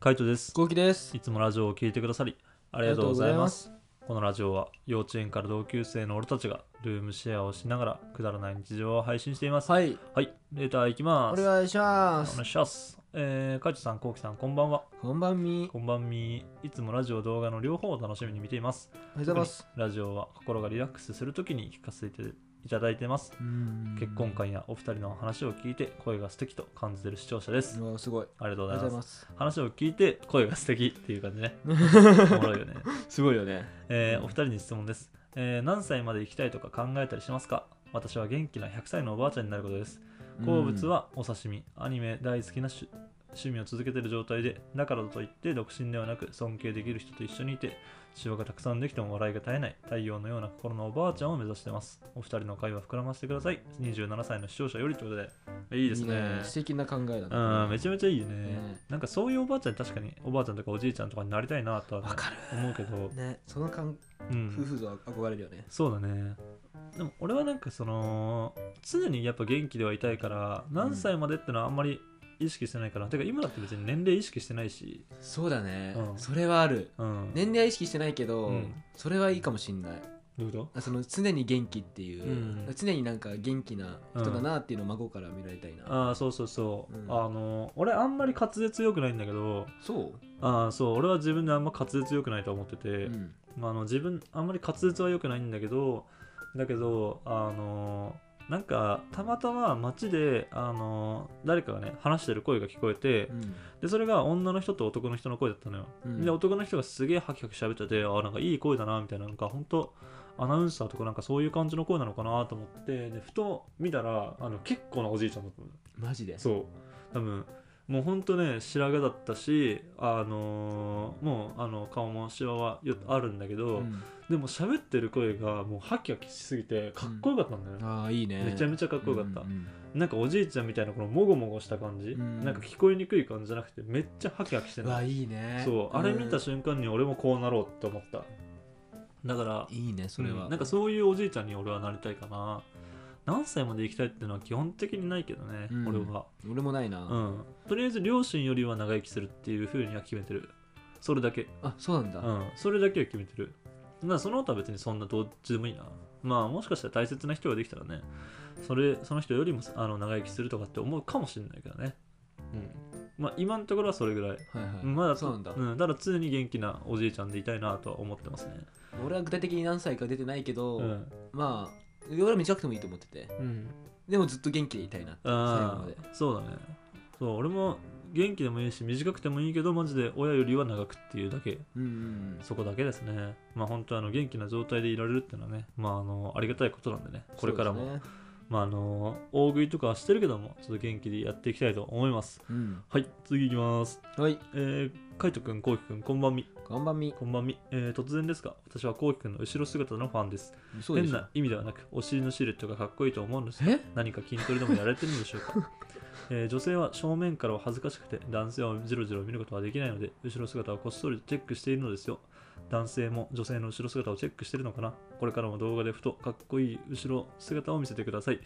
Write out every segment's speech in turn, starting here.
カイトです。ゴキです。いつもラジオを聞いてくださり、あありがとうございます。。このラジオは幼稚園から同級生の俺たちがルームシェアをしながらくだらない日常を配信しています。はい、はい、レーター行きまおす。願いしまおす願。いします。えー、カイトさん、コウキさん、こんばんは。こんばんみ。こんばんみ。いつもラジオ、動画の両方を楽しみに見ています。おはようございます。ラジオは心がリラックスするときに聞かせていただいてます。結婚観やお二人の話を聞いて声が素敵と感じてる視聴者です。うわ。すごい。ありがとうおごはよざいうございま。ますす。話を聞いて声が素敵っていう感じね。おもろいよね。 すごいよね。えーお二人に質問です、えー何歳まで生きたいとか考えたりしますか私は元気な100歳のおばあちゃんになることです。好物はお刺身、アニメ大好きな趣趣味を続けている状態で、だからといって独身ではなく尊敬できる人と一緒にいて、シワがたくさんできても笑いが絶えない太陽のような心のおばあちゃんを目指してます。お二人の会話膨らませてください。27歳の視聴者よりということで、いいいですね。素敵な考えだね。うん、めちゃめちゃいいよね。ねなんかそういうおばあちゃん、確かにおばあちゃんとかおじいちゃんとかになりたいなとはね、わかる思うけど、ね、その感う夫ん、婦像憧れるよね。そうだね。でも俺はなんかその常にやっぱ元気ではいたいから何歳までってのはあんまり意識してないから、てか今だって別に年齢意識してないし、そうだねうんそれはある。うん、年齢は意識してないけど、うんそれはいいかもしんないどういうこあその常に元気っていう、うん常になんか元気な人だなっていうのを孫から見られたいな、とああそうそうそう、うんあの俺あんまり滑舌よくないんだけどそう、ああそう俺は自分であんま滑舌よくないと思ってて、うんまあ、あの自分あんまり滑舌は良くないんだけどだけどあのなんかたまたま街であの誰かがね話してる声が聞こえてうんでそれが女の人と男の人の声だったのよ、うんで男の人がすげえハキハキ喋っててあなんかいい声だなみたいななんか本当アナウンサーとかなんかそういう感じの声なのかなと思ってでふと見たらあの結構なおじいちゃんだったのマジでそう多分もうほんとね白髪だったしあのーもうあの顔もシワはよあるんだけど、うんでも喋ってる声がもうハキハキしすぎてかっこよかったんだよね、ああいいねめちゃめちちゃかっこよかった、うんうんなんかおじいちゃんみたいなこのもごもごした感じ、うんなんか聞こえにくい感じじゃなくてめっちゃハキハキしてうわるいいねそうあれ見たん瞬間に俺もこうなろうって思っただからいいねそれは、うんなんかそういうおじいちゃんに俺はなりたいかな何歳まで生きたいっていうのは基本的にないけどね、うん俺は俺もないな、うん、とりあえず両親よりは長生きするっていうふうには決めてるそれだけ、あそうなんうだ、ん、それだけは決めてるなその他は別にそんなどっちでもいいなまあもしかしたら大切な人ができたらねそれその人よりもあの長生きするとかって思うかもしれないけどね、うん、まあ今のところはそれぐらいはいはい、まだそうなんだ、うん、ただ常に元気なおじいちゃんでいたいなとは思ってますね俺は具体的に何歳か出てないけど、うん、まあ俺は短くてもいいと思っててうん、でもずっと元気でいたいなって最後あまであそうだねそう俺も元気でもいいし短くてもいいけどマジで親よりは長くっていうだけうんうんそこだけですね。まあ本当あの元気な状態でいられるっていうのはね、まああのありがたいことなんでね、これからも、そうですねまああの大食いとかはしてるけども、ちょっと元気でやっていきたいと思います。うんはい、次いきます。はいえー、カイトくん、コウキくん、こんばんみ。こんばんみこんばんみ。えー、突然ですが、私はコウキくんの後ろ姿のファンです。そうで変しょな意味ではなく、お尻のシルエットがかっこいいと思うんですえ何か筋トレでもやられてるんでしょうか、 えー女性は正面からは恥ずかしくて男性をじろじろ見ることはできないので後ろ姿をこっそりとチェックしているのですよ男性も女性の後ろ姿をチェックしてるのかなこれからも動画でふとかっこいい後ろ姿を見せてください、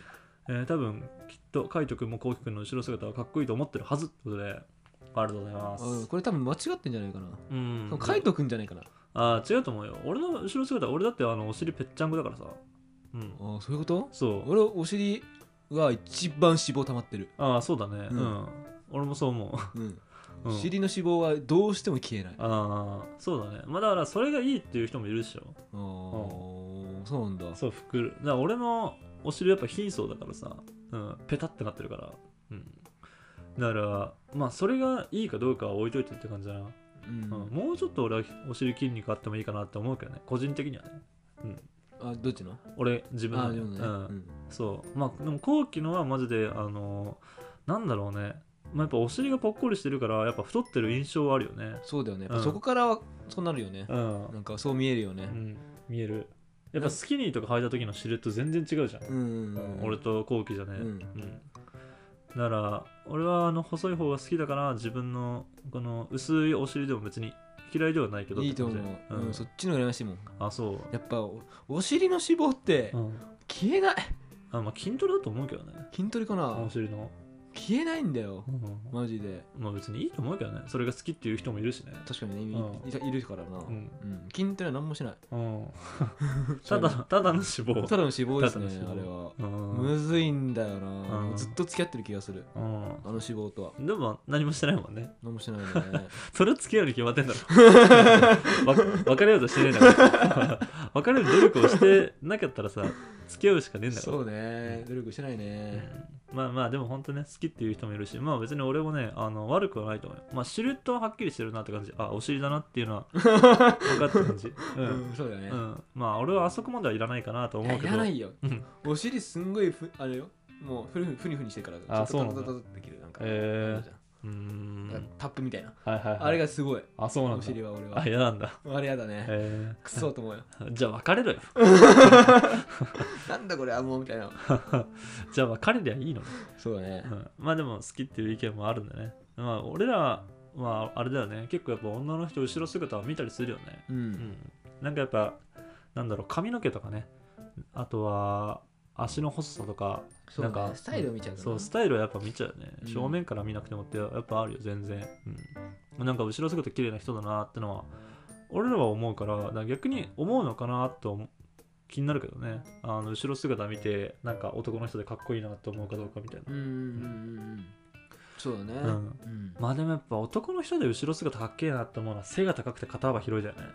えー多分きっと海斗君もこうき君の後ろ姿はかっこいいと思ってるはずということでありがとうございますうんこれ多分間違ってんじゃないかなうん多分カイトくんじゃないかなあー違うと思うよ俺の後ろ姿俺だってあのお尻ぺっちゃんこだからさうんああそういうことそう俺お尻は一番脂肪溜まってるああそうだねう、うんん俺もそう思うんう、うん、尻の脂肪はどうしても消えないあああそうだねまあだからそれがいいっていう人もいるでしょあそうなんだそう服だから俺のお尻やっぱ貧相だからさ、うん、ペタってなってるからうんだからまあそれがいいかどうかは置いといてって感じだな、ううんんもうちょっと俺はお尻筋肉あってもいいかなって思うけどね個人的にはねあどっちの俺自分のああねでもねううんんそうまあでも後期のはマジであのなんだろうねまあやっぱお尻がぽっこりしてるからやっぱ太ってる印象はあるよねそうだよねやっぱうんそこからはそうなるよねうんなんかそう見えるようねん、見えるやっぱスキニーとか履いた時のシルエット全然違うじゃん、うんうんうん俺と後期じゃねううん、んだから俺はあの細い方が好きだから自分のこの薄いお尻でも別に嫌いではないけどいいと思ってう感じうんそっちの方が羨ましいもんあそやっぱおお尻の脂肪ってう、うん消えないあまあ筋トレだと思うけどね筋トレかなお尻の消えないんだようんマジでまあ別にいいと思うけどねそれが好きっていう人もいるしね確かにねうんいいいるからな、ううんん、筋トレは何もしないうん、ただのただの脂肪ただの脂肪ですただねのあ脂肪れは、うんむずいんだよな、うんずっと付き合ってる気がするうんあの脂肪とはでも何もしてないもんね何もしないねそれを付き合うに決まってんだろわ別れようとしてねえんだから 別れる努力をしてなかったらさ付き合うしかねえんだからそうね努力してないね、うんまあまあでも本当ね好きっていう人もいるしまあ別に俺もねあの悪くはないと思うよまあシルエットははっきりしてるなって感じあお尻だなっていうのは分かった感じう、うんんそうだよね、うん、まあ俺はあそこまではいらないかなとい思やういけどらないようんお尻すんごいふあれよもうふるふふにふにしてからあちょっそうなんとだタタタタって切るなんか、へーあるじゃうーんんなんかタップみたいな、はいはい、はい、あれがすごいあそうなんおだ尻は俺はあ嫌なんだあれやだねへくそと思うよえじゃあ別れろよなんだこれあもうみたいなじゃあ別れりゃいいのね、そうだねうん、まあでも好きっていう意見もあるんだねまあ俺らまああれだよね結構やっぱ女の人後ろ姿を見たりするよねうん、うん、なんかやっぱなんだろう髪の毛とかねあとは足の細さとかそうねなんかスタイルを見ちゃうからそうスタイルはやっぱ見ちゃうよね、うん正面から見なくてもってやっぱあるよ全然、うん、なんか後ろ姿綺麗な人だなってのは俺らは思うからだから逆に思うのかなと思気になるけどねあの後ろ姿見てなんか男の人でかっこいいなと思うかどうかみたいな、うんうんうんうんそうだねうんうんまあでもやっぱ男の人で後ろ姿かっけえなって思うのは背が高くて肩幅広いじゃない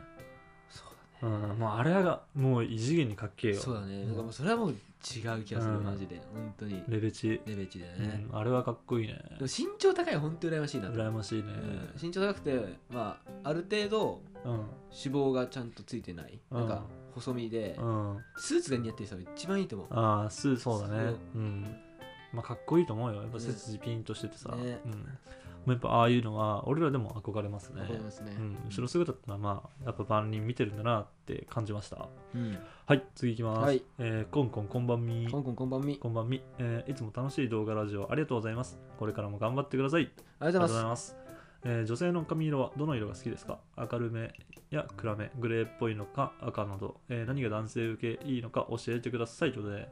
そうだうん、もうあれがもう異次元にかっけえねよそうだねんだからもうそれはもう違う気がする、うんマジで本当にレベチ、レベチだようね、んあれはかっこいいねでも身長高い本当に羨ましいなと思う羨ましいねうん身長高くてまあある程度うん脂肪がちゃんとついてない、うんなんか細身で、うん、スーツが似合ってる人が一番いいと思う、ああすそうだねそううんまあかっこいいと思うよやっぱね背筋ピンとしててさ、ねうん、もうやっぱああいうのは俺らでも憧れますねわかりますね、うん、後ろ姿ってのはまあやっぱ万人見てるんだなって感じましたうんはい次いきます、はいえーコンコンこんばんみ香港こんばんみこんばんみ、えーいつも楽しい動画ラジオありがとうございますこれからも頑張ってくださいあありりががととううごござざいいますます。えー女性の髪色はどの色が好きですか明るめや暗め、グレーっぽいのか赤など、えー何が男性受けいいのか教えてくださいということで。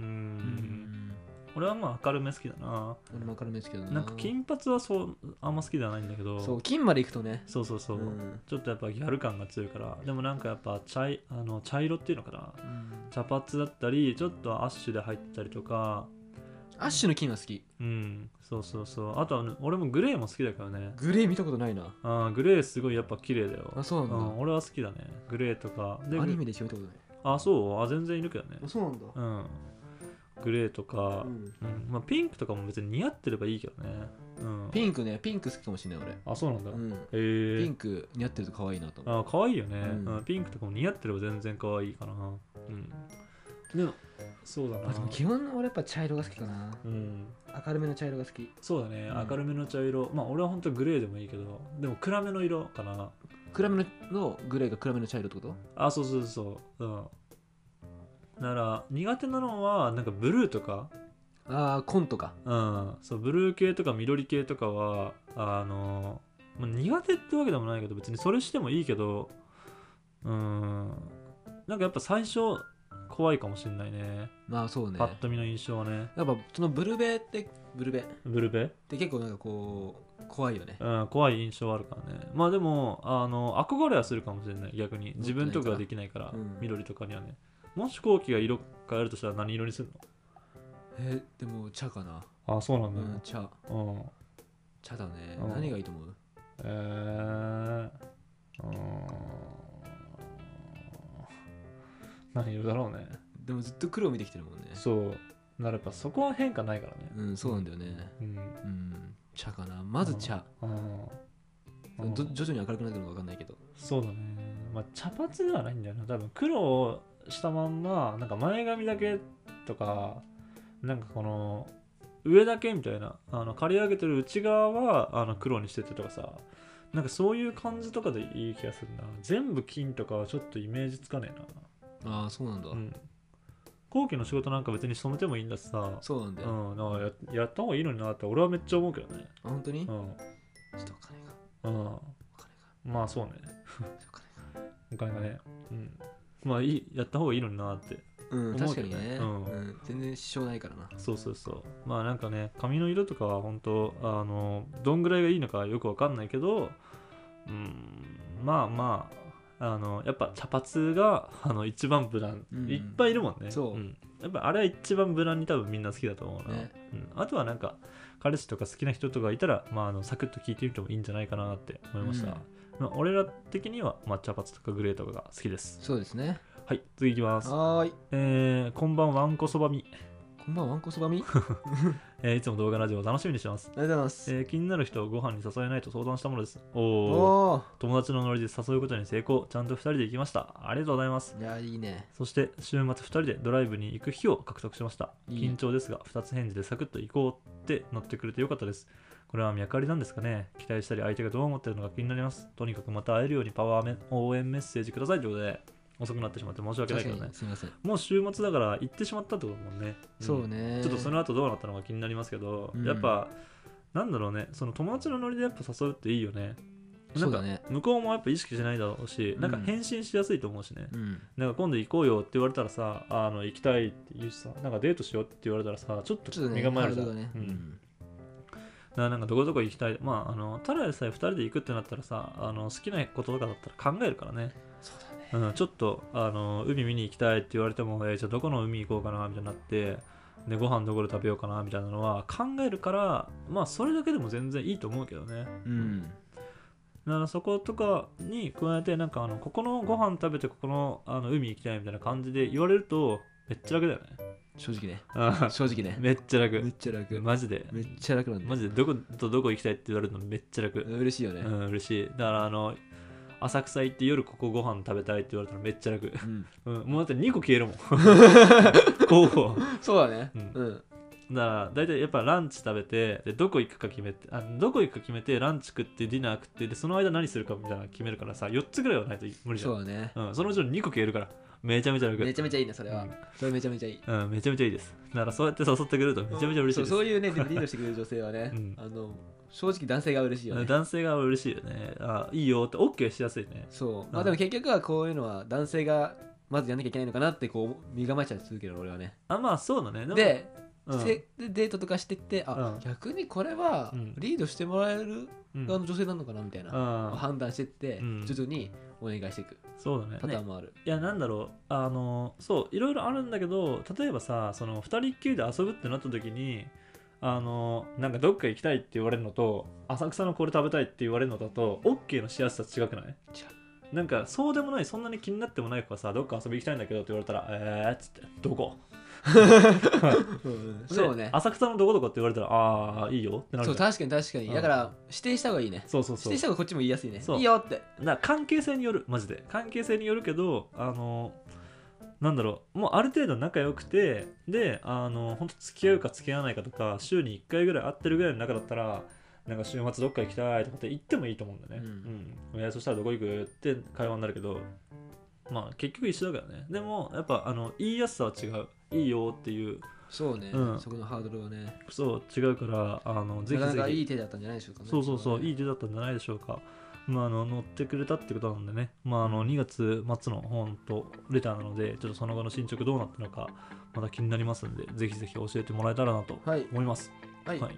うーんうん俺はまあ明るめ好きだな。俺も明るめですけどなんか金髪はそうあんま好きではないんだけど、そそうう金まで行くとねそうそううんちょっとやっぱギャル感が強いから、でもなんかやっぱ茶いあの茶色っていうのかな。茶髪だったり、ちょっとアッシュで入ってたりとか、アッシュの金は好きうん、そうそうそう。あとはね、俺もグレーも好きだからね。グレー見たことないなあーグレーすごいやっぱ綺麗だよ。あそうう、なんん俺は好きだね。グレーとか。でだアニメで一応見たことないあ、そうあ、全然いるけどね。そうなんだうん。グレーとか、うんまあ、ピンクとかも別に似合ってればいいけどね。うん、ンピンクねピンク好きかもしれないあ、そうなんだ。俺へうんえピンク似合ってると可愛いなと思うあ、可愛いよね、うんうんピンクとかも似合ってれば全然可愛いかな。うん。でも、そうだなあ。でも基本俺やっぱ茶色が好きかなうん、明るめの茶色が好きそうだね、うん明るめの茶色まあ俺は本当グレーでもいいけどでも暗めの色かな暗めのグレーが暗めの茶色ってことあそうそうそううんなら苦手なのはなんかブルーとかああ紺とかうん、そうブルー系とか緑系とかはあの、まあ、苦手ってわけでもないけど別にそれしてもいいけどうんなんかやっぱ最初怖いかもしんないねまあそうねパッと見の印象はねやっぱそのブルベってブルベっブルベ、て結構なんかこう怖いよねうん、怖い印象はあるからねまあでもあの憧れはするかもしれない逆に自分とかはできないから、うん緑とかにはねもし後期が色変えるとしたら何色にするえーでも茶かなのあそうなうんだ、ん茶うん茶だねうん何がいいと思うえー、うーん何色だろうねでもずっと黒を見てきてるもんねそうならやっぱそこは変化ないからねうんそうなんだよねうんうん茶かなまず茶うんうんど徐々に明るくなってるのか分かんないけどそうだねまあ茶髪ではないんだよな多分黒をしたまんまなんか前髪だけとかなんかこの上だけみたいなあの刈り上げてる内側はあの黒にしててとかさなんかそういう感じとかでいい気がするな全部金とかはちょっとイメージつかねえなああそうなんだうん、後期の仕事なんか別に染めてもいいんだしさ、そうなんうだん、よなんかややった方がいいのになって俺はめっちゃ思うけどね。あ本当にちうょんっとお金がうん、お金がまあそうね。お金がお金がね。うん、まあいいやった方がいいのになってうん、思確うかけどにね、ねううんん、全然支障ないからなそうそうそうまあなんかね髪の色とかは本当あのどんぐらいがいいのかよくわかんないけどうんまあまああのやっぱ茶髪があの一番無難、うんいっぱいいるもんねそうんやっぱあれは一番無難に多分みんな好きだと思うな、ねうん、あとはなんか彼氏とか好きな人とかいたら、まあ、あのサクッと聞いてみてもいいんじゃないかなって思いました、うんまあ、俺ら的には、まあ、茶髪とかグレーとかが好きですそうですねはい次いきますはーいえー、こんばんわんこそばみ、こんばんはわんこそばみ ありがとうえーいつも動画ラジオ楽しみにしてますございます、えー気になる人をご飯に誘えないと相談したものです。おおおお友達のノリで誘うことに成功。ちゃんと2人で行きました。ありがとうございます。いやいいねそして週末2人でドライブに行く日を獲得しました。いいね緊張ですが、2つ返事でサクッと行こうって乗ってくれてよかったです。これは脈ありなんですかね期待したり相手がどう思ってるのか気になります。とにかくまた会えるようにパワーメ応援メッセージくださいということで、遅くなってしまって申し訳ない確けどかにね。すみません、もう週末だから行ってしまったってことだもんね。んそうねちょっとその後どうなったのか気になりますけど、うんやっぱなんだろうねその友達のノリでやっぱ誘うっていいよねなそんうかだね向こうもやっぱ意識しないだろうし、なんかうん返信しやすいと思うしね、うんなんか今度行こうよって言われたらさあの行きたいって言うしさなんかデートしようって言われたらさちょっちょっととね身構えるじハゃん、ードルがね、う、うんんななんかどこどこ行きたいまああのただでさえ2人で行くってなったらさあの好きなこととかだったら考えるからねそうだねうん、ちょっとあの海見に行きたいって言われても、えーじゃあどこの海行こうかなみたいになってでご飯どこで食べようかなみたいなのは考えるからまあそれだけでも全然いいと思うけどねうんだからそことかに加えてなんかあのここのご飯食べてここのあの海行きたいみたいな感じで言われるとめっちゃ楽だよね正直ねあ正直ね めっちゃ楽めっちゃ楽マジでめっちゃ楽なんだマジでどことどこ行きたいって言われるのめっちゃ楽嬉しいよね、うん嬉しいだからあの浅草行って夜ここご飯食べたいって言われたらめっちゃ楽うんうん、もうだって2個消える もん候補そうだねううんん、だから大体やっぱランチ食べてでどこ行くか決めてあどこ行くか決めてランチ食ってディナー食ってでその間何するかみたいなの決めるからさ4つぐらいはないと無理じゃんそうう、だねん、そのうちの2個消えるからめちゃめちゃ楽めちゃめちゃいいねそれは、うんそれめちゃめちゃいいうん、めちゃめちゃいいですだからそうやって誘ってくれるとめちゃめちゃ嬉しいそうです、そういうねでもリードしてくれる女性はね、うんあの正直男性が嬉しいよね、男性が嬉しいよねあいいよって OK しやすいねそうまあでも結局はこういうのは男性がまずやんなきゃいけないのかなってこう身構えちゃうけど俺はねあまあそうだねもで,うん、せ、でデートとかしてってうあ、ん逆にこれはうんリードしてもらえるうん側の女性なのかなみたいな、あー判断してって、うん徐々にお願いしていくそうだねパターンもある、いやなんだろうあのそういろいろあるんだけど例えばさその2人っきりで遊ぶってなった時にあのなんかどっか行きたいって言われるのと浅草のこれ食べたいって言われるのだと OK のしやすさ違くないなんかそうでもないそんなに気になってもない子がさどっか遊び行きたいんだけどって言われたらえーっつってどこうん そ うでね浅草のどこどこって言われたらああいいよってなそるうじゃん確かに確かに、うんだから指定した方がいいねそうそうそ指う定した方がこっちも言いやすいねそういいよってな関係性によるマジで関係性によるけどあのなんだろうもうある程度仲良くてであの本当付き合うか付き合わないかとか週に1回ぐらい会ってるぐらいの仲だったらなんか週末どっか行きたいとかって言ってもいいと思うんだよね、ううんいやそしたらどこ行くって会話になるけどまあ結局一緒だからねでもやっぱあの言いやすさは違ういいよっていうそうね、うんそこのハードルはねそう違うからあのぜひぜひなかなかいい手だったんじゃないでしょうかねそうそうそう、いいい手だったんじゃないでしょうか。まあ、あの乗ってくれたってことなんでね、まあ、あの2月末の本とレターなので、ちょっとその後の進捗どうなったのか、また気になりますんで、ぜひぜひ教えてもらえたらなとはい思います。はいはい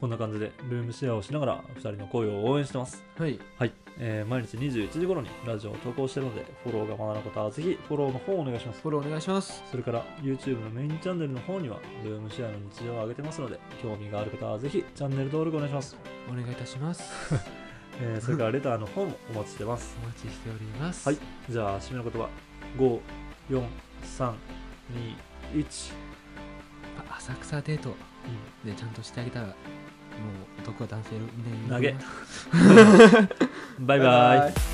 こんな感じで、ルームシェアをしながら、2人の声を応援してます。はいはい、えー毎日21時頃にラジオを投稿してるので、フォローがまだの方はぜひフォローの方をお願いします。フォローお願いしますそれから YouTube のメインチャンネルの方には、ルームシェアの日常を上げてますので、興味がある方はぜひチャンネル登録お願いします。お願いいたしますえーそれからレターの方もお待ちしてます。お待ちしておりますはい、じゃあ締めの言葉5 4 3 2 1やっぱ浅草デートねちゃんとしてあげたらもう男は男性みんな投げ喜びますバイバイ。イ